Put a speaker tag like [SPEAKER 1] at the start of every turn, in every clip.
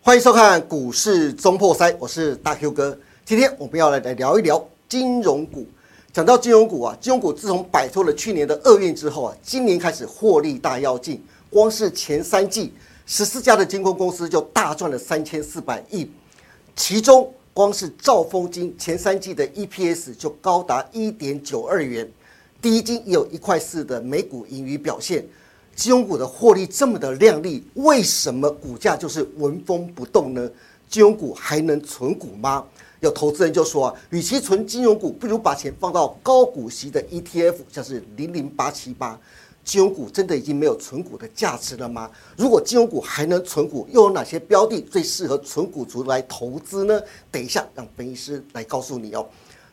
[SPEAKER 1] 欢迎收看股市中破塞，我是大 Q 哥。今天我们要来来聊一聊金融股。讲到金融股啊，金融股自从摆脱了去年的厄运之后啊，今年开始获利大跃进。光是前三季，十四家的金控公司就大赚了三千四百亿，其中光是兆丰金前三季的 EPS 就高达一点九二元，第一金也有一块四的每股盈余表现。金融股的获利这么的亮丽，为什么股价就是纹风不动呢？金融股还能存股吗？有投资人就说啊，与其存金融股，不如把钱放到高股息的 ETF，像是零零八七八。金融股真的已经没有存股的价值了吗？如果金融股还能存股，又有哪些标的最适合存股族来投资呢？等一下让分析师来告诉你哦。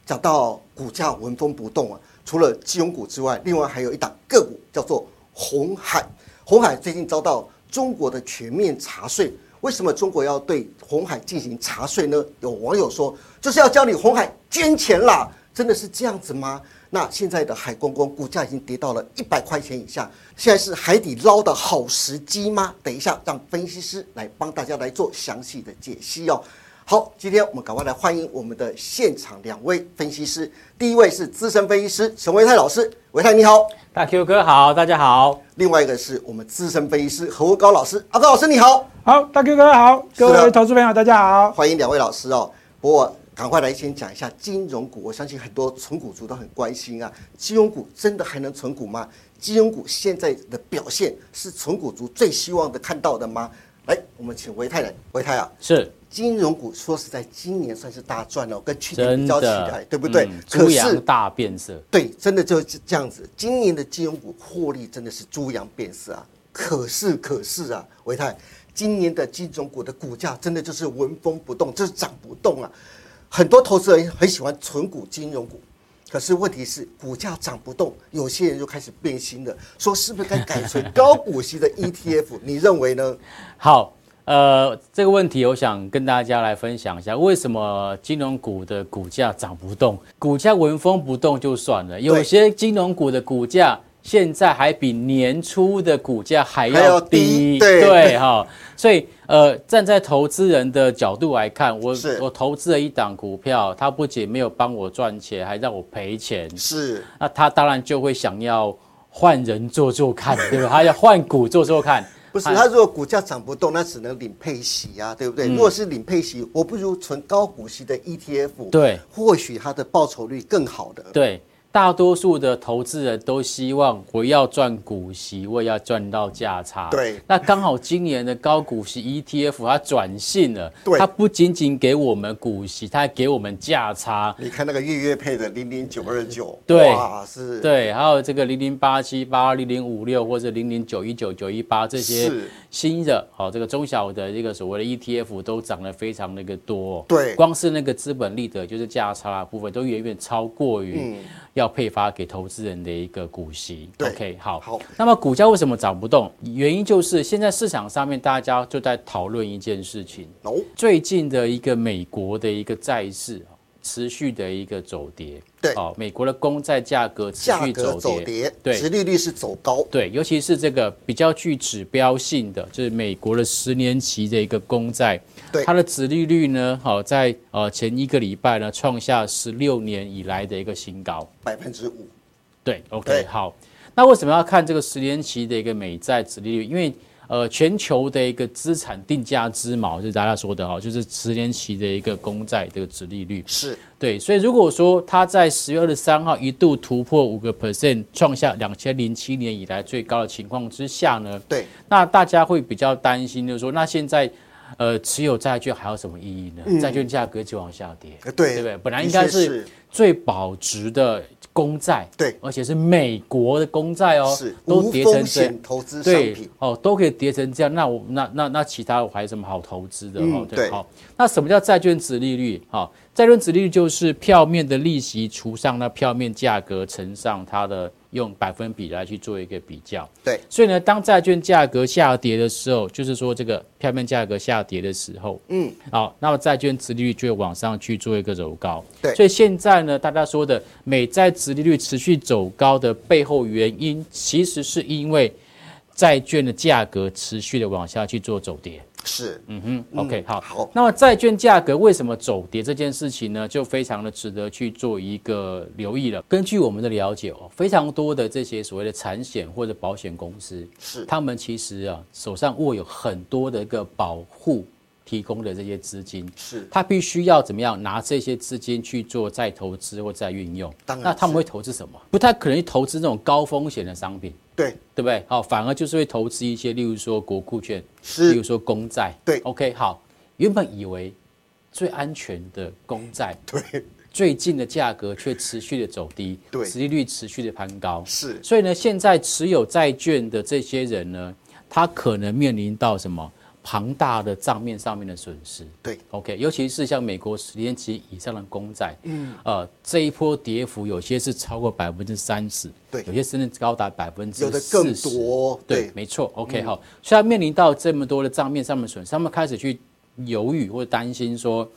[SPEAKER 1] 讲到股价纹风不动啊，除了金融股之外，另外还有一档个股叫做红海。红海最近遭到中国的全面查税，为什么中国要对红海进行查税呢？有网友说，就是要教你红海捐钱啦，真的是这样子吗？那现在的海公公股价已经跌到了一百块钱以下，现在是海底捞的好时机吗？等一下让分析师来帮大家来做详细的解析哦。好，今天我们赶快来欢迎我们的现场两位分析师。第一位是资深分析师陈维泰老师，维泰你好；
[SPEAKER 2] 大 Q 哥好，大家好。
[SPEAKER 1] 另外一个是我们资深分析师何文高老师，阿高老师你好，
[SPEAKER 3] 好，大 Q 哥好，
[SPEAKER 1] 是的
[SPEAKER 3] 各位投资朋友大家好。
[SPEAKER 1] 欢迎两位老师哦。不过赶快来先讲一下金融股，我相信很多存股族都很关心啊。金融股真的还能存股吗？金融股现在的表现是存股族最希望的看到的吗？来，我们请维泰来，维泰啊，
[SPEAKER 2] 是，
[SPEAKER 1] 金融股说实在，今年算是大赚了，哦跟去年比
[SPEAKER 2] 真
[SPEAKER 1] 较起
[SPEAKER 2] 的
[SPEAKER 1] 来，，对不对？
[SPEAKER 2] 嗯
[SPEAKER 1] 可
[SPEAKER 2] 猪
[SPEAKER 1] 是
[SPEAKER 2] 羊大变色，
[SPEAKER 1] 对，真的就是这样子。今年的金融股获利真的是猪羊变色啊！可是可是啊，维泰，今年的金融股的股价真的就是纹风不动，就是涨不动啊。很多投资人很喜欢存股金融股，可是问题是股价涨不动，有些人就开始变心了，说是不是该改成高股息的 ETF？你认为呢？
[SPEAKER 2] 好，呃，这个问题我想跟大家来分享一下，为什么金融股的股价涨不动，股价纹风不动就算了，有些金融股的股价现在还比年初的股价还
[SPEAKER 1] 还要
[SPEAKER 2] 要
[SPEAKER 1] 低
[SPEAKER 2] 低，
[SPEAKER 1] 对
[SPEAKER 2] 对哈、所以呃，站在投资人的角度来看，我
[SPEAKER 1] 是
[SPEAKER 2] 我投资了一档股票，它不仅没有帮我赚钱，还让我赔钱，
[SPEAKER 1] 是
[SPEAKER 2] 那他当然就会想要换人做做看， 对吧？他要换股做做看，
[SPEAKER 1] 不是，它如果股价涨不动，那只能领配息啊，对不
[SPEAKER 2] 嗯
[SPEAKER 1] 对？如果是领配息，我不如存高股息的 ETF，
[SPEAKER 2] 对，
[SPEAKER 1] 或许它的报酬率更好的。
[SPEAKER 2] 对，大多数的投资人都希望我要赚股息，我也要赚到价差。
[SPEAKER 1] 对
[SPEAKER 2] 那刚好今年的高股息 ETF 它转性了，
[SPEAKER 1] 对
[SPEAKER 2] 它不仅仅给我们股息，它还给我们价差。
[SPEAKER 1] 你看那个月月配的零零九二九，
[SPEAKER 2] 对
[SPEAKER 1] 哇，是，，
[SPEAKER 2] 对，还有这个零零八七八、零零五六或者零零九一九、九一八这些
[SPEAKER 1] 是
[SPEAKER 2] 新的，好、这个中小的这个所谓的 ETF 都涨得非常那个多、哦
[SPEAKER 1] 对
[SPEAKER 2] 光是那个资本利得就是价差的部分，都远远超过于要配发给投资人的一个股息。
[SPEAKER 1] 嗯对
[SPEAKER 2] OK，好。
[SPEAKER 1] 好
[SPEAKER 2] 那么股价为什么涨不动？原因就是现在市场上面大家就在讨论一件事情，
[SPEAKER 1] 哦，
[SPEAKER 2] 最近的一个美国的一个债市哦持续的一个走跌，
[SPEAKER 1] 对
[SPEAKER 2] 哦，美国的公债价格持
[SPEAKER 1] 价
[SPEAKER 2] 续
[SPEAKER 1] 格
[SPEAKER 2] 走
[SPEAKER 1] 走
[SPEAKER 2] 跌，
[SPEAKER 1] 跌，
[SPEAKER 2] 对
[SPEAKER 1] 殖利率是走高，
[SPEAKER 2] 对，尤其是这个比较具指标性的，就是美国的十年期的一个公债，
[SPEAKER 1] 对
[SPEAKER 2] 它的殖利率呢，好、在呃前一个礼拜呢创下十六年以来的一个新高，
[SPEAKER 1] 百分之五，
[SPEAKER 2] 对，OK，
[SPEAKER 1] 对
[SPEAKER 2] 好。那为什么要看这个十年期的一个美债殖利率？因为呃，全球的一个资产定价之锚，就是大家说的哈，哦就是十年期的一个公债这个殖利率。
[SPEAKER 1] 是
[SPEAKER 2] 对，所以如果说它在十月二十三号一度突破五个 percent，创下两千零七年以来最高的情况之下呢，
[SPEAKER 1] 对，
[SPEAKER 2] 那大家会比较担心，就是说，那现在呃持有债券还有什么意义呢？
[SPEAKER 1] 嗯
[SPEAKER 2] 债券价格就往下跌，
[SPEAKER 1] 呃对
[SPEAKER 2] 对不对？本来
[SPEAKER 1] 的
[SPEAKER 2] 应该
[SPEAKER 1] 确
[SPEAKER 2] 是
[SPEAKER 1] 是
[SPEAKER 2] 最保值的公债，
[SPEAKER 1] 对
[SPEAKER 2] 而且是美国的公债哦，
[SPEAKER 1] 是
[SPEAKER 2] 都
[SPEAKER 1] 无
[SPEAKER 2] 跌
[SPEAKER 1] 风
[SPEAKER 2] 成这样
[SPEAKER 1] 险。投资商
[SPEAKER 2] 对
[SPEAKER 1] 品，
[SPEAKER 2] 哦，都可以跌成这样，那我那那那其他我还有什么好投资的？
[SPEAKER 1] 嗯
[SPEAKER 2] 哦，
[SPEAKER 1] 对
[SPEAKER 2] 对，好、那什么叫债券值利率？好、债券值利率就是票面的利息除上那票面价格乘上它的用百分比来去做一个比较。
[SPEAKER 1] 对，
[SPEAKER 2] 所以呢，当债券价格下跌的时候，就是说这个票面价格下跌的时候，嗯，好，那么债券殖利率就会往上去做一个走高。
[SPEAKER 1] 对
[SPEAKER 2] 所以现在呢，大家说的美债殖利率持续走高的背后原因，其实是因为债券的价格持续的往下去做走跌。
[SPEAKER 1] 是，
[SPEAKER 2] 嗯哼，OK，好。
[SPEAKER 1] 好
[SPEAKER 2] 那么债券价格为什么走跌这件事情呢，就非常的值得去做一个留意了。根据我们的了解哦，非常多的这些所谓的产险或者保险公司，
[SPEAKER 1] 是
[SPEAKER 2] 他们其实啊手上握有很多的一个保护提供的这些资金，
[SPEAKER 1] 是
[SPEAKER 2] 他必须要怎么样拿这些资金去做再投资或再运用？
[SPEAKER 1] 当然
[SPEAKER 2] 那他们
[SPEAKER 1] 是
[SPEAKER 2] 会投资什么？不太可能去投资那种高风险的商品。
[SPEAKER 1] 对，
[SPEAKER 2] 对不对？好、反而就是会投资一些，例如说国库券，
[SPEAKER 1] 是
[SPEAKER 2] 例如说公债。
[SPEAKER 1] 对
[SPEAKER 2] ，OK，好。原本以为最安全的公债，
[SPEAKER 1] 对，
[SPEAKER 2] 最近的价格却持续的走低，
[SPEAKER 1] 对
[SPEAKER 2] 殖利率持续的攀高。
[SPEAKER 1] 是
[SPEAKER 2] 所以呢，现在持有债券的这些人呢，他可能面临到什么庞大的账面上面的损失。
[SPEAKER 1] 对
[SPEAKER 2] ，OK，尤其是像美国十年期以上的公债，嗯，呃，这一波跌幅有些是超过百分之三十，
[SPEAKER 1] 对
[SPEAKER 2] 有些甚至高达百分之
[SPEAKER 1] 有的更多
[SPEAKER 2] 对嗯
[SPEAKER 1] 对，
[SPEAKER 2] 没错，OK，好，所以他面临到这么多的账面上面的损失，他们开始去犹豫或担心说。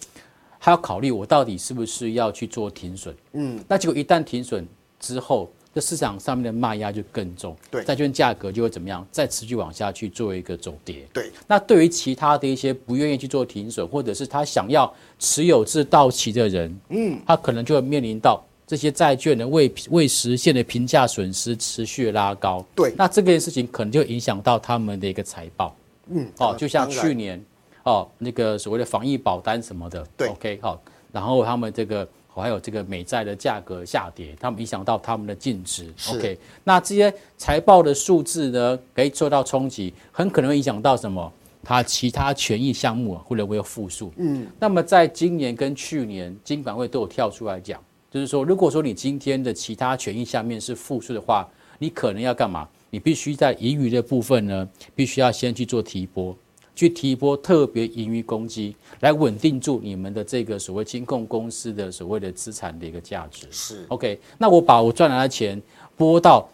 [SPEAKER 2] 他要考虑我到底是不是要去做停损。嗯，那结果一旦停损之后，这市场上面的卖压就更重，
[SPEAKER 1] 对
[SPEAKER 2] 债券价格就会怎么样？再持续往下去做一个走跌。
[SPEAKER 1] 对，
[SPEAKER 2] 那对于其他的一些不愿意去做停损，或者是他想要持有至到期的人，嗯，他可能就会面临到这些债券的未未实现的评价损失持续地拉高。
[SPEAKER 1] 对
[SPEAKER 2] 那这件事情可能就影响到他们的一个财报。
[SPEAKER 1] 嗯，
[SPEAKER 2] 哦，就像
[SPEAKER 1] 当然
[SPEAKER 2] 去年哦那个所谓的防疫保单什么的，
[SPEAKER 1] 对
[SPEAKER 2] ，OK 好、然后他们这个。哦还有这个美债的价格下跌，他们影响到他们的净值。
[SPEAKER 1] 是
[SPEAKER 2] OK，那这些财报的数字呢，可以受到冲击，很可能会影响到什么？它其他权益项目啊会不会有负数？嗯，那么在今年跟去年，金管会都有跳出来讲，就是说，如果说你今天的其他权益下面是负数的话，你可能要干嘛？你必须在盈余的部分呢，必须要先去做提拨，去提拨特别盈余公积，来稳定住你们的这个所谓金控公司的所谓的资产的一个价值。
[SPEAKER 1] 是
[SPEAKER 2] OK，那我把我赚来的钱拨到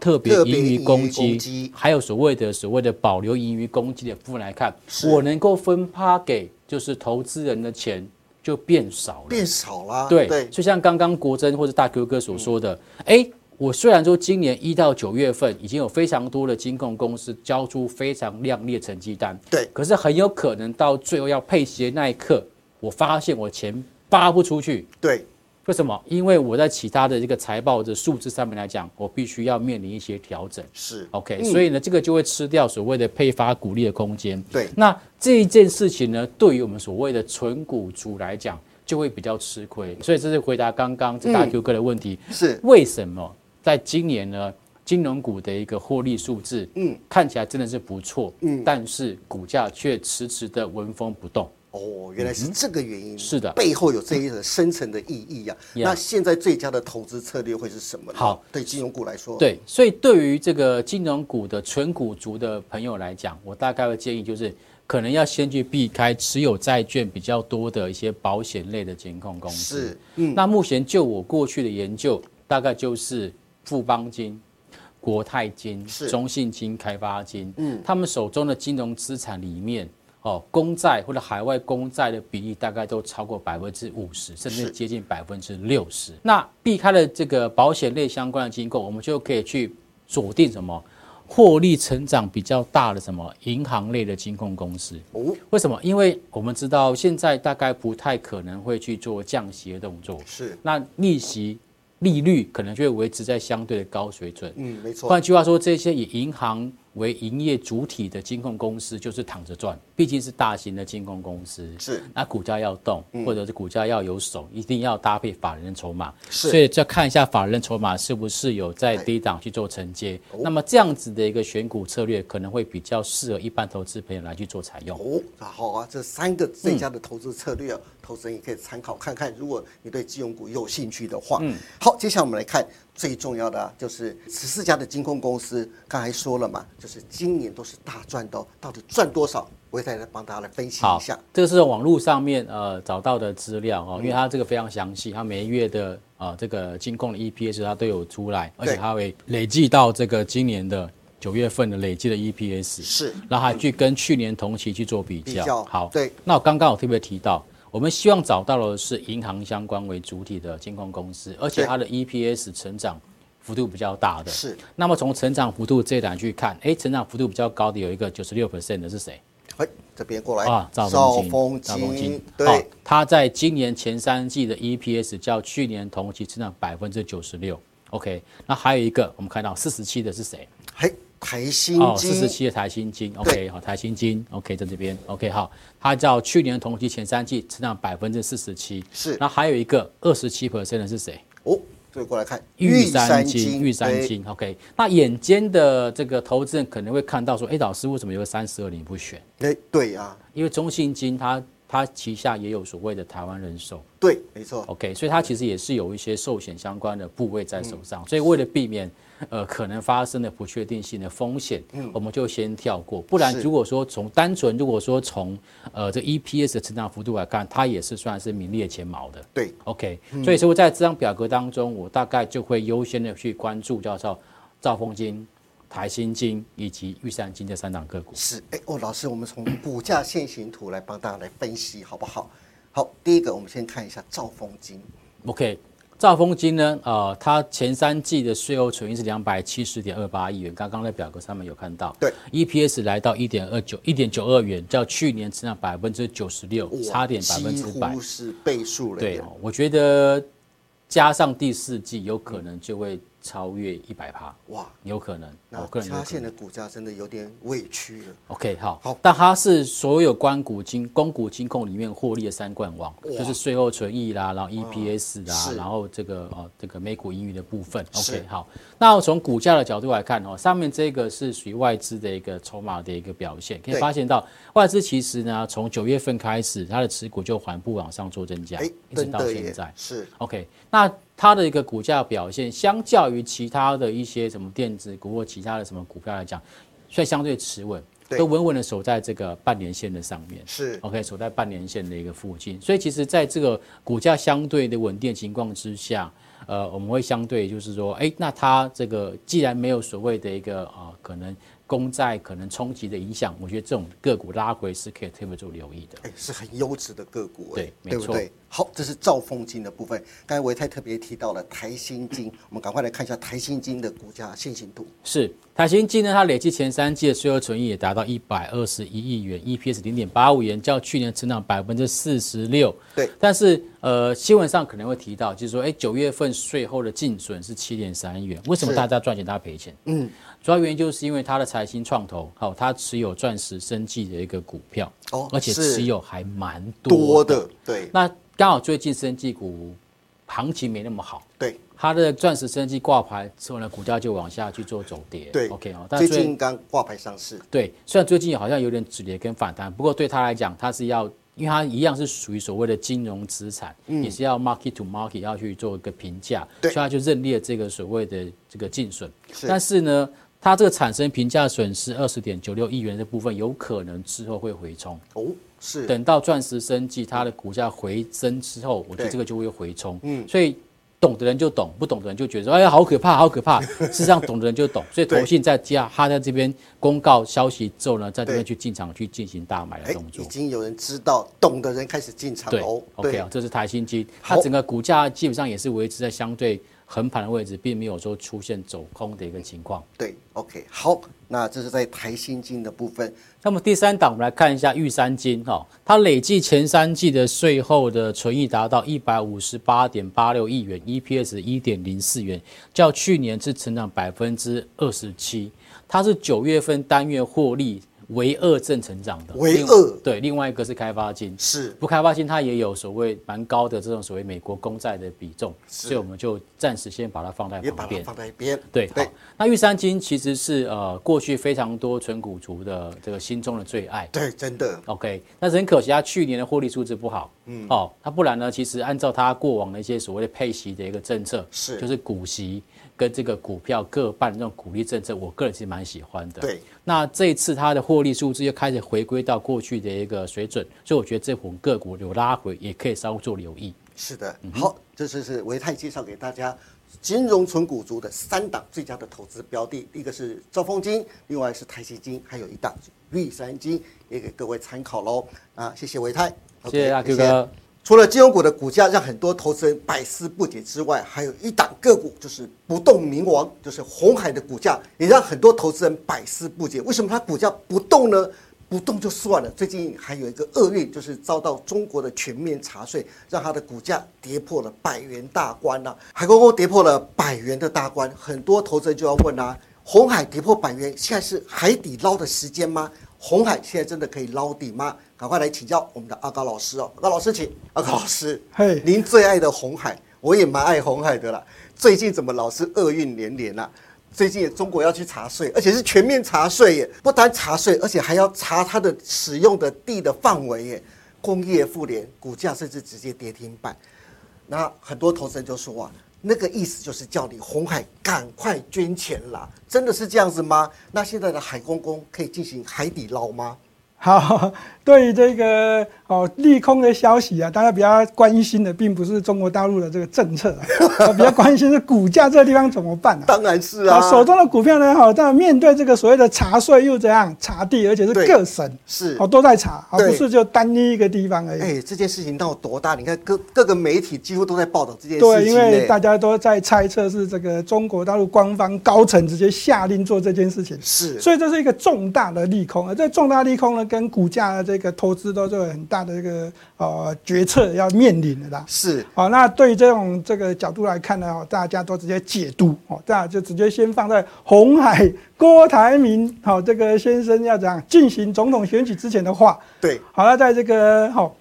[SPEAKER 2] 特别
[SPEAKER 1] 特别
[SPEAKER 2] 盈余
[SPEAKER 1] 盈余
[SPEAKER 2] 公
[SPEAKER 1] 公
[SPEAKER 2] 积
[SPEAKER 1] 积，
[SPEAKER 2] 还有所谓的所谓的保留盈余公积的部分来看，
[SPEAKER 1] 是
[SPEAKER 2] 我能够分趴给就是投资人的钱就变少了。
[SPEAKER 1] 变少啦，
[SPEAKER 2] 对，
[SPEAKER 1] 啊对
[SPEAKER 2] 就像刚刚国珍或者大 Q 哥所说的，哎、我虽然说今年一到九月份已经有非常多的金控公司交出非常亮丽的成绩单，
[SPEAKER 1] 对
[SPEAKER 2] 可是很有可能到最后要配息的那一刻，我发现我钱发不出去，
[SPEAKER 1] 对
[SPEAKER 2] 为什么？因为我在其他的这个财报的数字上面来讲，我必须要面临一些调整。
[SPEAKER 1] 是
[SPEAKER 2] OK，、所以呢，这个就会吃掉所谓的配发股利的空间。
[SPEAKER 1] 对
[SPEAKER 2] 那这一件事情呢，对于我们所谓的纯股族来讲，就会比较吃亏。所以这是回答刚刚这大 Q 哥的问题，
[SPEAKER 1] 是
[SPEAKER 2] 为什么在今年呢？金融股的一个获利数字，嗯，看起来真的是不错，嗯，但是股价却迟迟的纹风不动。
[SPEAKER 1] 哦，原来是这个原因，
[SPEAKER 2] 嗯是的
[SPEAKER 1] 背后有这一层深层的意义呀、
[SPEAKER 2] Yeah
[SPEAKER 1] 那现在最佳的投资策略会是什么呢？
[SPEAKER 2] 好，
[SPEAKER 1] 对金融股来说，
[SPEAKER 2] 对，所以对于这个金融股的纯股族的朋友来讲，我大概会建议就是，可能要先去避开持有债券比较多的一些保险类的监控公司。
[SPEAKER 1] 是，
[SPEAKER 2] 嗯，那目前就我过去的研究，大概就是富邦金。国泰金、
[SPEAKER 1] 是
[SPEAKER 2] 中信金、开发金，嗯，他们手中的金融资产里面，哦，公债或者海外公债的比例大概都超过百分之五十，甚至
[SPEAKER 1] 是
[SPEAKER 2] 接近百分之六十。那避开了这个保险类相关的机构，我们就可以去锁定什么获利成长比较大的什么银行类的金控公司。
[SPEAKER 1] 哦，
[SPEAKER 2] 为什么？因为我们知道现在大概不太可能会去做降息的动作，
[SPEAKER 1] 是，
[SPEAKER 2] 那利息利率可能就会维持在相对的高水准。
[SPEAKER 1] 嗯，没错，
[SPEAKER 2] 换句话说，这些以银行为营业主体的金控公司就是躺着赚，毕竟是大型的金控公司。
[SPEAKER 1] 是，嗯
[SPEAKER 2] 那股价要动，或者是股价要有手，一定要搭配法人筹码。
[SPEAKER 1] 是
[SPEAKER 2] 所以就要看一下法人筹码是不是有在低档去做承接。
[SPEAKER 1] 哦
[SPEAKER 2] 那么这样子的一个选股策略，可能会比较适合一般投资朋友来去做采用。
[SPEAKER 1] 哦，那好啊，这三个最
[SPEAKER 2] 嗯
[SPEAKER 1] 佳的投资策略啊，投资人也可以参考看看。如果你对金融股有兴趣的
[SPEAKER 2] 嗯
[SPEAKER 1] 话，好，接下来我们来看最重要的、啊、就是十四家的金控公司，刚才说了嘛，就是今年都是大赚的、哦，到底赚多少？我也再来帮大家来分析
[SPEAKER 2] 好
[SPEAKER 1] 一下。，嗯
[SPEAKER 2] 这是网络上面呃找到的资料哦，因为它这个非常详细，它每一月的啊、呃这个金控的 EPS 它都有出来，而且
[SPEAKER 1] 对
[SPEAKER 2] 它会累计到这个今年的九月份的累计的 EPS，
[SPEAKER 1] 是
[SPEAKER 2] 然后还去跟去年同期去做比较。
[SPEAKER 1] 比较
[SPEAKER 2] 好，
[SPEAKER 1] 对。
[SPEAKER 2] 那我刚刚我特别提到，我们希望找到的是银行相关为主体的金控公司，而且
[SPEAKER 1] 对
[SPEAKER 2] 它的 EPS 成长幅度比较大的。
[SPEAKER 1] 是。
[SPEAKER 2] 那么从成长幅度这一栏去看，哎，成长幅度比较高的有一个九十六 percent 的是谁？
[SPEAKER 1] 哎，这边过来
[SPEAKER 2] 啊，兆
[SPEAKER 1] 兆
[SPEAKER 2] 丰
[SPEAKER 1] 丰
[SPEAKER 2] 金，兆丰金
[SPEAKER 1] 金，，
[SPEAKER 2] 好
[SPEAKER 1] 对，
[SPEAKER 2] 它在今年前三季的 EPS 较去年同期增长百分之九十六。OK，那还有一个我们看到四十七的是谁？
[SPEAKER 1] 嘿，台新
[SPEAKER 2] 哦，四
[SPEAKER 1] 金，
[SPEAKER 2] 十七的台新金，OK，好，台新金，OK，在这边，OK，好，它较去年同期前三季成长百分之四十七，
[SPEAKER 1] 是
[SPEAKER 2] 那还有一个二十七 percent 的是谁？
[SPEAKER 1] 哦，这个过来看
[SPEAKER 2] 玉山金，玉
[SPEAKER 1] 对
[SPEAKER 2] 山金，OK，那眼尖的这个投资人可能会看到说，哎，老师为什么有个三十二你不选？
[SPEAKER 1] 哎，对啊，
[SPEAKER 2] 因为中信金它它旗下也有所谓的台湾人寿
[SPEAKER 1] 对，没错，
[SPEAKER 2] ，OK，所以它其实也是有一些寿险相关的部位在手上，
[SPEAKER 1] 嗯
[SPEAKER 2] 所以为了避免呃可能发生的不确定性的风险，我们就先跳过。不然
[SPEAKER 1] 嗯是
[SPEAKER 2] 如果说从单纯如果说从呃这 EPS 的成长幅度来看，它也是算是名列前茅的。
[SPEAKER 1] 对，嗯
[SPEAKER 2] OK，所以说在这张表格当中，我大概就会优先的去关注叫做兆丰金、台新金以及玉山金这三档个股。
[SPEAKER 1] 是，哎，哦，老师，我们从股价线形图来帮大家来分析，好不好？好，第一个我们先看一下兆丰金，
[SPEAKER 2] OK，兆丰金呢，呃，它前三季的税后纯益是两百七十点二八亿元，刚刚在表格上面有看到。
[SPEAKER 1] 对
[SPEAKER 2] ，EPS 来到一点二九一点九二元，较去年增长百分之九十六，
[SPEAKER 1] 哇
[SPEAKER 2] 差点百分
[SPEAKER 1] 几
[SPEAKER 2] 之百
[SPEAKER 1] 乎。是倍数了，
[SPEAKER 2] 对，哦，我觉得加上第四季，有可能就会超越一百趴，
[SPEAKER 1] 哇，
[SPEAKER 2] 有可能。我
[SPEAKER 1] 那
[SPEAKER 2] 个人有
[SPEAKER 1] 嘉
[SPEAKER 2] 可
[SPEAKER 1] 县
[SPEAKER 2] 能。
[SPEAKER 1] 的股价真的有点委屈了，
[SPEAKER 2] OK，好，
[SPEAKER 1] 好
[SPEAKER 2] 但它是所有关谷金、公股金控里面获利的三冠王，
[SPEAKER 1] 哇嗯
[SPEAKER 2] 就是税后存益啦，然后 EPS 啦，
[SPEAKER 1] 是
[SPEAKER 2] 然后这个哦这个美股盈余的部分。
[SPEAKER 1] 是
[SPEAKER 2] OK，好，那我从股价的角度来看哦，上面这个是属于外资的一个筹码的一个表现，可以
[SPEAKER 1] 对
[SPEAKER 2] 发现到外资其实呢，从九月份开始，它的持股就缓步往上做增加，
[SPEAKER 1] 哎，
[SPEAKER 2] 一直
[SPEAKER 1] 真
[SPEAKER 2] 到
[SPEAKER 1] 的
[SPEAKER 2] 现
[SPEAKER 1] 耶
[SPEAKER 2] 在，。
[SPEAKER 1] 是
[SPEAKER 2] OK，那它的一个股价表现，相较于其他的一些什么电子股或其他的什么股票来讲，所以相对持稳，
[SPEAKER 1] 对
[SPEAKER 2] 都稳稳的守在这个半年线的上面。
[SPEAKER 1] 是，
[SPEAKER 2] OK，守在半年线的一个附近，所以其实在这个股价相对的稳定情况之下，呃，我们会相对就是说，哎，那它这个既然没有所谓的一个啊、可能公债可能冲击的影响，我觉得这种个股拉回是可以特别做留意的。
[SPEAKER 1] 哎，是很优质的个股，哎
[SPEAKER 2] 对
[SPEAKER 1] 对
[SPEAKER 2] 没
[SPEAKER 1] 不
[SPEAKER 2] 错
[SPEAKER 1] 对？好，这是兆丰金的部分。刚才维泰特别提到了台新金，我们赶快来看一下台新金的股价线形图。
[SPEAKER 2] 是台新金呢，它累计前三季的税后存益也达到一百二十一亿元，EPS 零点八五元，较去年成长百分之四十六。
[SPEAKER 1] 对，
[SPEAKER 2] 但是呃，新闻上可能会提到，就是说，哎，九月份税后的净损是七点三亿元，为什么
[SPEAKER 1] 是
[SPEAKER 2] 大家赚钱，大家赔钱？嗯，主要原因就是因为它的财新创投，好、它持有钻石生技的一个股票，
[SPEAKER 1] 哦
[SPEAKER 2] 而且
[SPEAKER 1] 是
[SPEAKER 2] 持有还蛮
[SPEAKER 1] 多
[SPEAKER 2] 多
[SPEAKER 1] 的，对
[SPEAKER 2] 那刚好最近生技股行情没那么好，
[SPEAKER 1] 对
[SPEAKER 2] 它的钻石生技挂牌之后呢，股价就往下去做走跌。
[SPEAKER 1] 对
[SPEAKER 2] ，OK 哦，但
[SPEAKER 1] 最
[SPEAKER 2] 是
[SPEAKER 1] 近刚挂牌上市，
[SPEAKER 2] 对，虽然最近好像有点止跌跟反弹，不过对它来讲，它是要，因为它一样是属于所谓的金融资产，也是要 market to market 要去做一个评价，所
[SPEAKER 1] 嗯对
[SPEAKER 2] 以它就认列这个所谓的这个净损。
[SPEAKER 1] 是
[SPEAKER 2] 但是呢，它这个产生评价损失二十点九六亿元的部分，有可能之后会回冲。
[SPEAKER 1] 哦，是
[SPEAKER 2] 等到钻石升级，它的股价回升之后，我觉得
[SPEAKER 1] 对
[SPEAKER 2] 这个就会回冲。嗯，所以懂的人就懂，不懂的人就觉得说，哎呀，好可怕，好 可怕。事实上，懂的人就懂。所以
[SPEAKER 1] 对
[SPEAKER 2] 投信在加，他在这边公告消息之后呢，在这边
[SPEAKER 1] 对
[SPEAKER 2] 去进场去进行大买的
[SPEAKER 1] 哎
[SPEAKER 2] 动，作
[SPEAKER 1] 已。经有人知道，懂的人开始进场
[SPEAKER 2] 对
[SPEAKER 1] 喽。
[SPEAKER 2] ，OK 啊，这是台新机，它
[SPEAKER 1] 好
[SPEAKER 2] 整个股价基本上也是维持在相对横盘的位置，并没有说出现走空的一个情况。
[SPEAKER 1] 对，OK，好，那这是在台新金的部分，
[SPEAKER 2] 那么第三档，我们来看一下玉山金哈、哦，它累计前三季的税后的存益达到一百五十八点八六亿元，EPS 一点零四元，较去年是成长百分之二十七，它是九月份单月获利为二正成长的，
[SPEAKER 1] 为
[SPEAKER 2] 另
[SPEAKER 1] 二
[SPEAKER 2] 对，另外一个是开发金，
[SPEAKER 1] 是
[SPEAKER 2] 不开发金它也有所谓蛮高的这种所谓美国公债的比重，所以我们就暂时先把它放在
[SPEAKER 1] 也把
[SPEAKER 2] 旁
[SPEAKER 1] 它
[SPEAKER 2] 边。
[SPEAKER 1] 放在一边。
[SPEAKER 2] 对，好
[SPEAKER 1] 对，。
[SPEAKER 2] 那玉山金其实是呃过去非常多纯股族的这个心中的最爱。
[SPEAKER 1] 对，真的
[SPEAKER 2] OK，但是很可惜，它去年的获利数字不好，嗯，哦，它不然呢，其实按照它过往的一些所谓的配息的一个政策，
[SPEAKER 1] 是
[SPEAKER 2] 就是股息跟这个股票各半这种鼓励政策，我个人是蛮喜欢的。
[SPEAKER 1] 对，
[SPEAKER 2] 那这一次它的获利数字又开始回归到过去的一个水准，所以我觉得这股个股有拉回，也可以稍微做留意。
[SPEAKER 1] 是的。
[SPEAKER 2] 嗯
[SPEAKER 1] 好，这就是维泰介绍给大家金融存股族的三档最佳的投资标的，一个是兆丰金，另外是台新金，还有一档是绿山金，也给各位参考喽。啊，谢谢维泰，
[SPEAKER 2] 谢谢
[SPEAKER 1] OK，
[SPEAKER 2] 大 Q 哥。
[SPEAKER 1] 除了金融股的股价让很多投资人百思不解之外，还有一档个股就是不动明王，就是红海的股价也让很多投资人百思不解，为什么它股价不动呢？不动就算了，最近还有一个厄运，就是遭到中国的全面查税，让它的股价跌破了百元大关了、海公公跌破了百元的大关，很多投资人就要问啊，红海跌破百元，现在是海底捞的时间吗？红海现在真的可以捞底吗？赶快来请教我们的阿高老师哦，阿高老师请，阿高老师，
[SPEAKER 3] 嘿
[SPEAKER 1] 您最爱的红海，我也蛮爱红海的啦。最近怎么老是厄运连连啊？最近中国要去查税，而且是全面查税耶！不单查税，而且还要查它的使用的地的范围耶。工业妇联股价甚至直接跌停板。那很多投资人就说啊，那个意思就是叫你红海赶快捐钱啦，真的是这样子吗？那现在的海公公可以进行海底捞吗？
[SPEAKER 3] 好，对于这个哦利空的消息啊，大家比较关心的并不是中国大陆的这个政策啊， 啊比较关心是股价这个地方怎么办啊。
[SPEAKER 1] 当然是
[SPEAKER 3] 好
[SPEAKER 1] 啊，
[SPEAKER 3] 手中的股票呢，好，但面对这个所谓的查税又怎样查地，而且是
[SPEAKER 1] 对
[SPEAKER 3] 各省
[SPEAKER 1] 是
[SPEAKER 3] 哦都在查，而
[SPEAKER 1] 对
[SPEAKER 3] 不是就单一一个地方而已。
[SPEAKER 1] 哎、这件事情闹多大？你看各各个媒体几乎都在报道这件
[SPEAKER 3] 对，
[SPEAKER 1] 事
[SPEAKER 3] 因
[SPEAKER 1] 情
[SPEAKER 3] 为大
[SPEAKER 1] 呢。
[SPEAKER 3] 家都在猜测是这个中国大陆官方高层直接下令做这件事情，
[SPEAKER 1] 是
[SPEAKER 3] 所以这是一个重大的利空啊。这重大利空呢，跟股价的这个投资都是有很大的这个呃决策要面临的啦。
[SPEAKER 1] 是，
[SPEAKER 3] 好，那对于这种这个角度来看呢，哦大家都直接解读哦，大家就直接先放在红海郭台铭好、这个先生要讲进行总统选举之前的话，
[SPEAKER 1] 对，
[SPEAKER 3] 好了，那在这个好、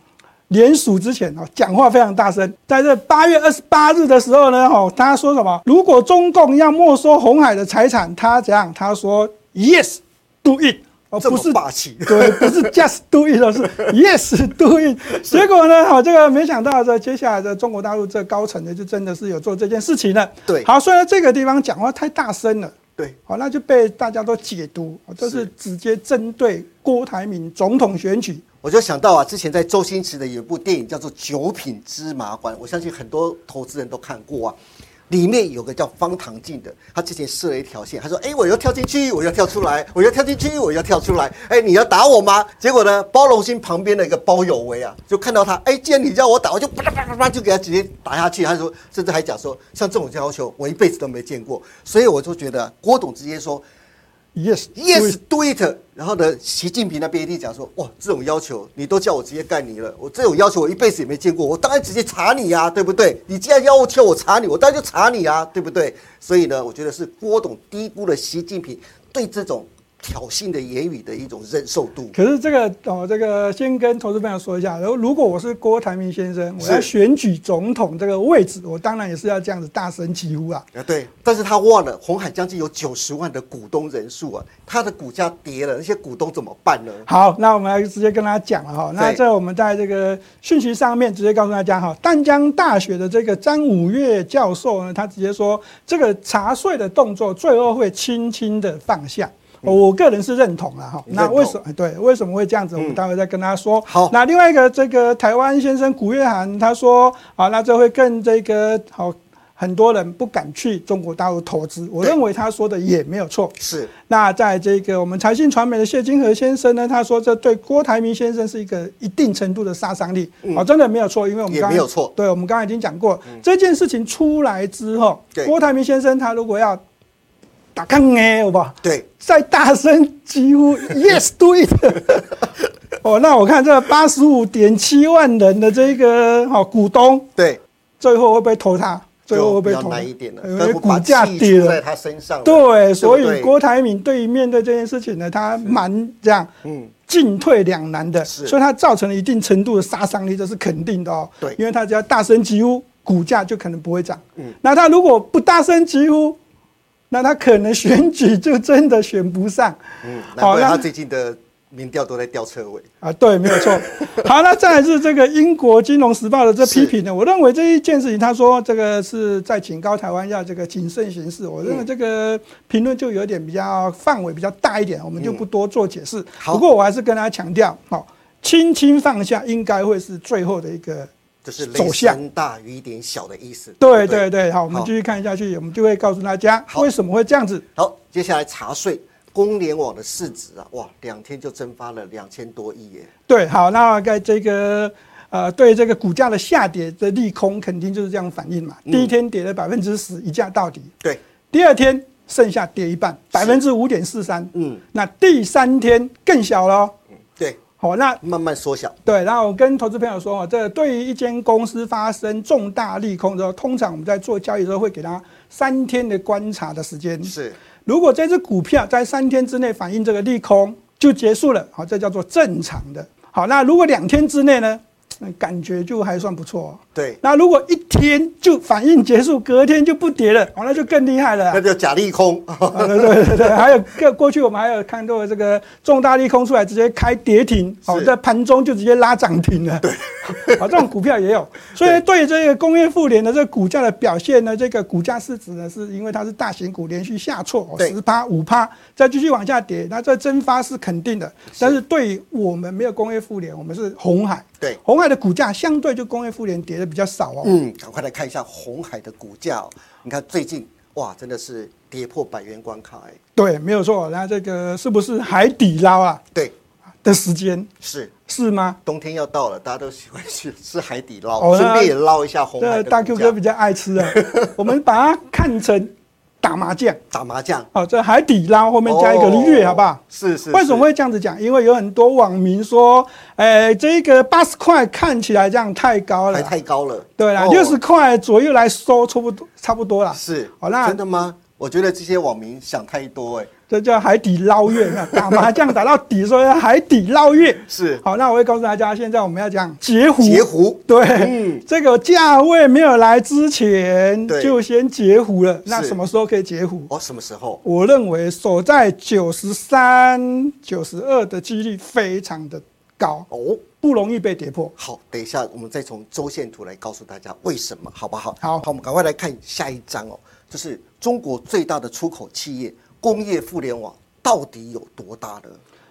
[SPEAKER 3] 联署之前哦，讲话非常大声。在这八月二十八日的时候呢，哦，他说什么？如果中共要没收红海的财产，他怎样？他说 Yes, do it，哦，
[SPEAKER 1] 这
[SPEAKER 3] 不
[SPEAKER 1] 么
[SPEAKER 3] 是
[SPEAKER 1] 霸气。
[SPEAKER 3] 对，不是 just do it，而是 yes do it。结果呢，哦好，这个没想到这接下来的中国大陆这高层呢，就真的是有做这件事情了。
[SPEAKER 1] 对
[SPEAKER 3] 好，所以呢这个地方讲话太大声了。
[SPEAKER 1] 对，
[SPEAKER 3] 好，那就被大家都解读，哦这是直接针对郭台铭总统选举
[SPEAKER 1] 我就想到啊，之前在周星驰的有一部电影叫做《九品芝麻官》，我相信很多投资人都看过啊。里面有个叫方唐镜的，他之前设了一条线，他说：“哎、我要跳进去，我要跳出来，我要跳进去，我要跳出来。哎，你要打我吗？”结果呢，包容心旁边的一个包有为啊，就看到他，哎、既然你叫我打，我就啪啪啪啪啪就给他直接打下去。他说，甚至还讲说，像这种要求，我一辈子都没见过。所以我就觉得，郭董直接说，
[SPEAKER 3] yes do it
[SPEAKER 1] Yes, do it。然后呢，习近平那边一定讲说，哇，这种要求你都叫我直接干你了，我这种要求我一辈子也没见过，我当然直接查你呀、对不对？你既然要求我查你，我当然就查你啊，对不对？所以呢，我觉得是郭董低估了习近平对这种挑衅的言语的一种忍受度。
[SPEAKER 3] 可是这个哦，这个先跟投资朋友说一下，然后如果我是郭台铭先生，我
[SPEAKER 1] 是
[SPEAKER 3] 要选举总统这个位置，我当然也是要这样子大声疾呼啊。
[SPEAKER 1] 啊，对，但是他忘了红海将近有九十万的股东人数啊，他的股价跌了，那些股东怎么办呢？
[SPEAKER 3] 好，那我们来直接跟大家讲了哈。那这我们在这个讯息上面直接告诉大家哈，淡江大学的这个张五岳教授呢，他直接说这个茶税的动作最后会轻轻的放下。我个人是认同了哈，
[SPEAKER 1] 你
[SPEAKER 3] 那
[SPEAKER 1] 嗯认同嗯
[SPEAKER 3] 为什么对为什么会这样子？我们待会再跟大家说。
[SPEAKER 1] 好
[SPEAKER 3] 那另外一个这个台湾先生古月涵他说，好，那这会更这个好，很多人不敢去中国大陆投资。我
[SPEAKER 1] 对
[SPEAKER 3] 认为他说的也没有错。
[SPEAKER 1] 是
[SPEAKER 3] 那在这个我们财信传媒的谢金河先生呢，他说这对郭台铭先生是一个一定程度的杀伤力，哦，真的没有错，因为我
[SPEAKER 1] 嗯
[SPEAKER 3] 们
[SPEAKER 1] 也
[SPEAKER 3] 刚
[SPEAKER 1] 没有错嗯
[SPEAKER 3] 对我们刚才已经讲过，这件事情出来之后
[SPEAKER 1] 对，
[SPEAKER 3] 郭台铭先生他如果要打抗哎，好不好？
[SPEAKER 1] 对，
[SPEAKER 3] 再大声疾呼 “Yes, do it”。哦，那我看这八十五点七万人的这个好、股东，
[SPEAKER 1] 对，
[SPEAKER 3] 最后会不会投他？最
[SPEAKER 1] 就
[SPEAKER 3] 后会不
[SPEAKER 1] 比
[SPEAKER 3] 会
[SPEAKER 1] 较
[SPEAKER 3] 投他？
[SPEAKER 1] 难一点了，
[SPEAKER 3] 因
[SPEAKER 1] 但
[SPEAKER 3] 为
[SPEAKER 1] 我把
[SPEAKER 3] 股价
[SPEAKER 1] 气
[SPEAKER 3] 跌
[SPEAKER 1] 出
[SPEAKER 3] 了
[SPEAKER 1] 在。他身上了。
[SPEAKER 3] 对，所
[SPEAKER 1] 对
[SPEAKER 3] 以
[SPEAKER 1] 不
[SPEAKER 3] 郭台铭对于面对这件事情呢，他蛮这样，
[SPEAKER 1] 嗯
[SPEAKER 3] 嗯，进退两难的，
[SPEAKER 1] 是
[SPEAKER 3] 所以它造成了一定程度的杀伤力，这是肯定的哦。
[SPEAKER 1] 对
[SPEAKER 3] 因为他只要大声疾呼，股价就可能不会涨。嗯，那他如果不大声疾呼，那他可能选举就真的选不上。
[SPEAKER 1] 嗯，难
[SPEAKER 3] 好
[SPEAKER 1] 怪
[SPEAKER 3] 那
[SPEAKER 1] 他最近的民调都在掉车尾。
[SPEAKER 3] 啊，对，没有错。好，那再来是这个英国金融时报的这批评呢，我认为这一件事情，他说这个是在警告台湾要这个谨慎行事，我认为这个评论就有点比较范围比较大一点，我们就不多做解释。
[SPEAKER 1] 好
[SPEAKER 3] 不过我还是跟大家强调，好、轻轻放下应该会是最后的一个。
[SPEAKER 1] 就是雷
[SPEAKER 3] 走向
[SPEAKER 1] 声大雨点小的意思。
[SPEAKER 3] 对
[SPEAKER 1] 不
[SPEAKER 3] 对对，好，我们继续看下去，我们就会告诉大家
[SPEAKER 1] 好
[SPEAKER 3] 为什么会这样子。
[SPEAKER 1] 好，接下来查税，公联网的市值啊，哇，两天就蒸发了两千多亿耶。
[SPEAKER 3] 对，好，那在这个呃，对这个股价的下跌的利空，肯定就是这样反应嘛。第一天跌了百分之十，一价到底；
[SPEAKER 1] 对，
[SPEAKER 3] 第二天剩下跌一半，百分之五点四三。
[SPEAKER 1] 嗯
[SPEAKER 3] 嗯，那第三天更小了哦、
[SPEAKER 1] 对，
[SPEAKER 3] 好，那
[SPEAKER 1] 慢慢缩小。
[SPEAKER 3] 对，然后我跟投资朋友说哦，这对于一间公司发生重大利空之后，通常我们在做交易的时候会给它三天的观察的时间。
[SPEAKER 1] 是，
[SPEAKER 3] 如果这只股票在三天之内反映这个利空，就结束了，好，这叫做正常的。好，那如果两天之内呢，嗯感觉就还算不错哦、
[SPEAKER 1] 对，
[SPEAKER 3] 那如果一天就反应结束，隔天就不跌了，哦，那就更厉害了啊、
[SPEAKER 1] 那叫假利空。
[SPEAKER 3] 啊对对对对，还有个过去我们还有看到这个重大利空出来，直接开跌停，哦，
[SPEAKER 1] 是
[SPEAKER 3] 在盘中就直接拉涨停了。 对，啊，这种股票也有。所以对这个工业妇联的这个股价的表现呢，这个股价市值呢，是因为它是大型股连续下挫哦
[SPEAKER 1] 对
[SPEAKER 3] 十趴五趴，再继续往下跌，那这蒸发是肯定的。但是对于我们没有工业妇联，我们是红海，
[SPEAKER 1] 对，
[SPEAKER 3] 红海的股价相对就工业妇联跌的比较少哦。
[SPEAKER 1] 嗯，赶快来看一下红海的股价、哦，你看最近哇，真的是跌破百元关卡哎。
[SPEAKER 3] 对，没有错。那这个是不是海底捞啊
[SPEAKER 1] 对，
[SPEAKER 3] 的时间
[SPEAKER 1] 是
[SPEAKER 3] 是吗？
[SPEAKER 1] 冬天要到了，大家都喜欢去吃海底
[SPEAKER 3] 哦
[SPEAKER 1] 捞，
[SPEAKER 3] 那
[SPEAKER 1] 顺便也捞一下红海
[SPEAKER 3] 对，
[SPEAKER 1] 的
[SPEAKER 3] 大
[SPEAKER 1] 股
[SPEAKER 3] Q
[SPEAKER 1] 价
[SPEAKER 3] 哥比较爱吃啊， 我们把它看成打麻将，
[SPEAKER 1] 打麻将，
[SPEAKER 3] 好、这海底捞后面加一个月，
[SPEAKER 1] 哦
[SPEAKER 3] 好不好？
[SPEAKER 1] 是是。
[SPEAKER 3] 为什么
[SPEAKER 1] 是？
[SPEAKER 3] 会这样子讲？因为有很多网民说，哎，这个八十块看起来这样太高
[SPEAKER 1] 还
[SPEAKER 3] 了，
[SPEAKER 1] 太高了。
[SPEAKER 3] 对啦，
[SPEAKER 1] 哦
[SPEAKER 3] 六十块左右来收，差不多差不多啦。
[SPEAKER 1] 是，
[SPEAKER 3] 好那
[SPEAKER 1] 真的吗？我觉得这些网民想太多哎。
[SPEAKER 3] 这叫海底捞月，那打麻将打到底，所以海底捞月。
[SPEAKER 1] 是
[SPEAKER 3] 好，那我会告诉大家，现在我们要讲截胡。
[SPEAKER 1] 截胡，
[SPEAKER 3] 对，
[SPEAKER 1] 嗯
[SPEAKER 3] 这个价位没有来之前
[SPEAKER 1] 对
[SPEAKER 3] 就先截胡了。那
[SPEAKER 1] 是
[SPEAKER 3] 什么时候可以截胡？
[SPEAKER 1] 哦，什么时候？
[SPEAKER 3] 我认为守在九十三、九十二的几率非常的高，
[SPEAKER 1] 哦，
[SPEAKER 3] 不容易被跌破。
[SPEAKER 1] 好，等一下我们再从周线图来告诉大家为什么，好不好？
[SPEAKER 3] 好
[SPEAKER 1] 好，我们赶快来看下一章哦，就是中国最大的出口企业工业互联网到底有多大呢？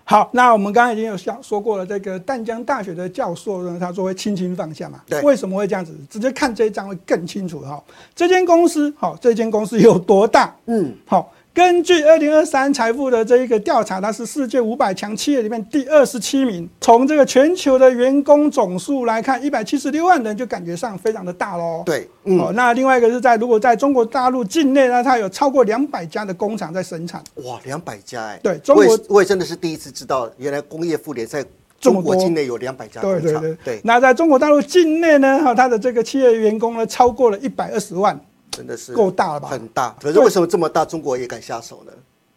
[SPEAKER 3] 好，那我们刚刚已经有讲说过了，这个淡江大学的教授呢，他说会轻轻放下嘛。
[SPEAKER 1] 对
[SPEAKER 3] 为什么会这样子？直接看这一章会更清楚哈、这间公司，好、这间公司有多大？
[SPEAKER 1] 嗯，
[SPEAKER 3] 好、根据二零二三财富的这一个调查，它是世界五百强企业里面第二十七名。从这个全球的员工总数来看，一百七十六万人就感觉上非常的大喽。
[SPEAKER 1] 对，嗯，
[SPEAKER 3] 哦，那另外一个是在如果在中国大陆境内呢，它有超过两百家的工厂在生产。
[SPEAKER 1] 哇，两百家哎，
[SPEAKER 3] 对中
[SPEAKER 1] 我也
[SPEAKER 3] 国
[SPEAKER 1] 是我也真的是第一次知道，原来工业互联在中国境内有两百家工
[SPEAKER 3] 对对
[SPEAKER 1] 厂，
[SPEAKER 3] 对那在中国大陆境内呢，哈，它的这个企业员工呢，超过了一百二十万。
[SPEAKER 1] 真的是
[SPEAKER 3] 够大了吧
[SPEAKER 1] 很大。可是为什么这么大，中国也敢下手呢？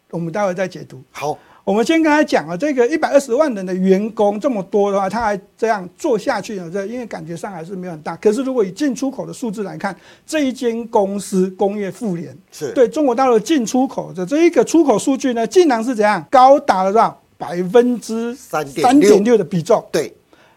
[SPEAKER 3] 我们待会再解读。
[SPEAKER 1] 好，
[SPEAKER 3] 我们先跟他讲啊，这个一百二十万人的员工这么多的话，他还这样做下去呢，这因为感觉上还是没有很大。可是如果以进出口的数字来看，这一间公司工业妇联
[SPEAKER 1] 是
[SPEAKER 3] 对中国大陆的进出口的这一个出口数据呢，竟然是怎样高达了多少百分之
[SPEAKER 1] 3.6%
[SPEAKER 3] 的比重？
[SPEAKER 1] 对，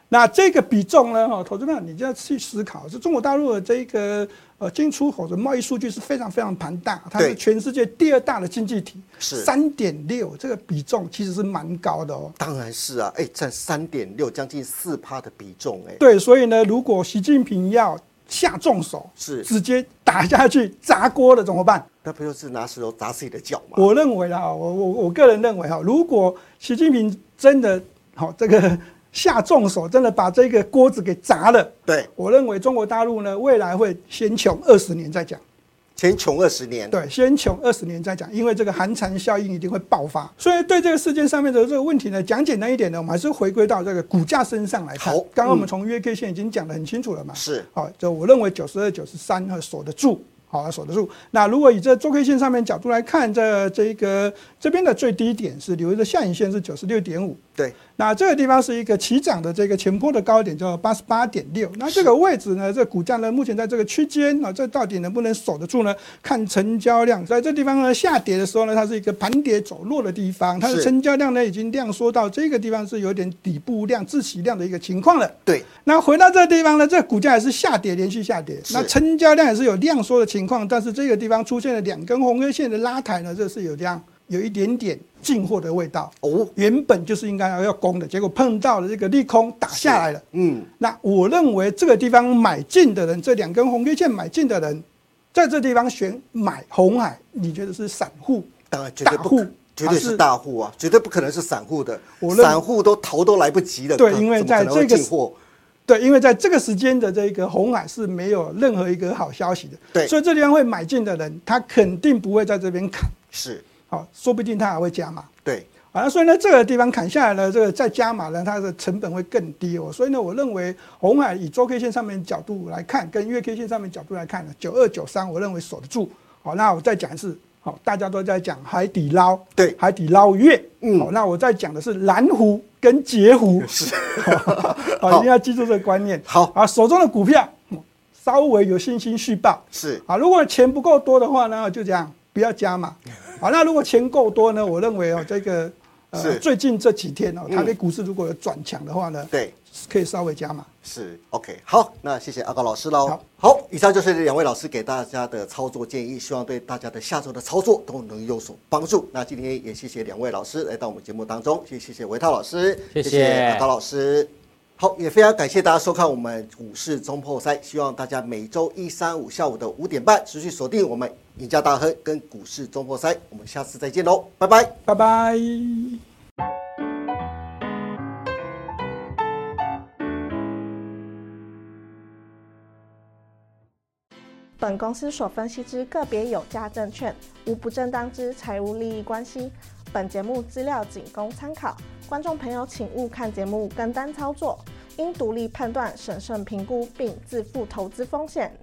[SPEAKER 3] 那这个比重呢？哦哈，投资朋友，你就要去思考，是中国大陆的这一个呃进出口的贸易数据是非常非常庞大，它是
[SPEAKER 1] 对
[SPEAKER 3] 全世界第二大的经济体，
[SPEAKER 1] 是
[SPEAKER 3] 三点六，这个比重其实是蛮高的哦。
[SPEAKER 1] 当然是啊，哎，占三点六，将近四趴的比重，哎，
[SPEAKER 3] 对，所以呢，如果习近平要下重手，
[SPEAKER 1] 是
[SPEAKER 3] 直接打下去砸锅了怎么办？
[SPEAKER 1] 那不就是拿石头砸自己的脚吗？
[SPEAKER 3] 我认为啊，我我我个人认为哈，如果习近平真的好、这个下重手，真的把这个锅子给砸了。
[SPEAKER 1] 对，
[SPEAKER 3] 我认为中国大陆呢，未来会先穷二十年再讲，
[SPEAKER 1] 先穷二十年，
[SPEAKER 3] 对，先穷二十年再讲，因为这个寒蝉效应一定会爆发。所以对这个事件上面的这个问题呢，讲简单一点呢，我们还是回归到这个股价身上来看
[SPEAKER 1] 好。
[SPEAKER 3] 刚刚我
[SPEAKER 1] 嗯
[SPEAKER 3] 们从月 K 线已经讲得很清楚了嘛，
[SPEAKER 1] 是
[SPEAKER 3] 好，就我认为九十二、九十三和守得住。好，守得住。那如果以这周 K 线上面角度来看，这这个这边的最低点是留着下影线是九十六点五，
[SPEAKER 1] 对，
[SPEAKER 3] 那这个地方是一个起涨的这个前坡的高点，叫八十八点六。那这个位置呢，这股价呢目前在这个区间啊，这到底能不能守得住呢？看成交量，在这地方呢下跌的时候呢，它是一个盘跌走弱的地方，它的
[SPEAKER 1] 是
[SPEAKER 3] 成交量呢已经量缩到这个地方是有点底部量、自习量的一个情况了。
[SPEAKER 1] 对，
[SPEAKER 3] 那回到这个地方呢，这股价也是下跌，连续下跌。
[SPEAKER 1] 是
[SPEAKER 3] 那成交量也是有量缩的情况，但是这个地方出现了两根红 K 线的拉抬呢，这是有这样有一点点进货的味道。
[SPEAKER 1] 哦，
[SPEAKER 3] 原本就是应该要要攻的，结果碰到了这个利空打下来了。
[SPEAKER 1] 嗯，
[SPEAKER 3] 那我认为这个地方买进的人，这两根红 K 线买进的人，在这地方选买红海，你觉得是散户？
[SPEAKER 1] 当然绝对不
[SPEAKER 3] 大
[SPEAKER 1] 可
[SPEAKER 3] 户，
[SPEAKER 1] 绝对
[SPEAKER 3] 还
[SPEAKER 1] 是
[SPEAKER 3] 是
[SPEAKER 1] 大户啊，绝对不可能是散户的
[SPEAKER 3] 我，认
[SPEAKER 1] 散户都逃都来不及了，
[SPEAKER 3] 对
[SPEAKER 1] 可
[SPEAKER 3] 因为
[SPEAKER 1] 怎么可
[SPEAKER 3] 在
[SPEAKER 1] 能会
[SPEAKER 3] 这个
[SPEAKER 1] 进货，
[SPEAKER 3] 对，因为在这个时间的这个红海是没有任何一个好消息的，
[SPEAKER 1] 对
[SPEAKER 3] 所以这地方会买进的人，他肯定不会在这边砍，
[SPEAKER 1] 是，
[SPEAKER 3] 好、说不定他还会加码。
[SPEAKER 1] 对，
[SPEAKER 3] 啊，所以呢，这个地方砍下来呢，这个再加码呢，它的成本会更低哦。所以呢，我认为红海以周 K 线上面角度来看，跟月 K 线上面角度来看呢，九二九三我认为守得住。好，那我再讲一次，好，大家都在讲海底捞，
[SPEAKER 1] 对
[SPEAKER 3] 海底捞月，
[SPEAKER 1] 嗯
[SPEAKER 3] 好，那我在讲的是蓝湖跟截湖， 好，一定要记住这个观念。
[SPEAKER 1] 好
[SPEAKER 3] 啊，手中的股票嗯稍微有信心续报，
[SPEAKER 1] 是
[SPEAKER 3] 啊，如果钱不够多的话呢，就这样，不要加嘛。
[SPEAKER 1] 嗯
[SPEAKER 3] 好，那如果钱够多呢，我认为 哦，这个呃
[SPEAKER 1] 是，
[SPEAKER 3] 最近这几天哦，
[SPEAKER 1] 嗯
[SPEAKER 3] 台北股市如果有转强的话呢，
[SPEAKER 1] 对。
[SPEAKER 3] 可以稍微加码。
[SPEAKER 1] 是 OK，好，那谢谢阿高老师喽
[SPEAKER 3] 好。
[SPEAKER 1] 好，以上就是两位老师给大家的操作建议，希望对大家的下周的操作都能有所帮助。那今天也谢谢两位老师来到我们节目当中，谢谢谢维涛老师，
[SPEAKER 2] 谢谢
[SPEAKER 1] 阿高老师。好，也非常感谢大家收看我们股市中破塞，希望大家每周一、三、五下午的五点半持续锁定我们赢家大亨跟股市中破塞，我们下次再见喽，拜拜。
[SPEAKER 3] 拜拜。
[SPEAKER 4] 本公司所分析之个别有价证券，无不正当之财务利益关系。本节目资料仅供参考，观众朋友请勿看节目跟单操作，应独立判断、审慎评估并自负投资风险。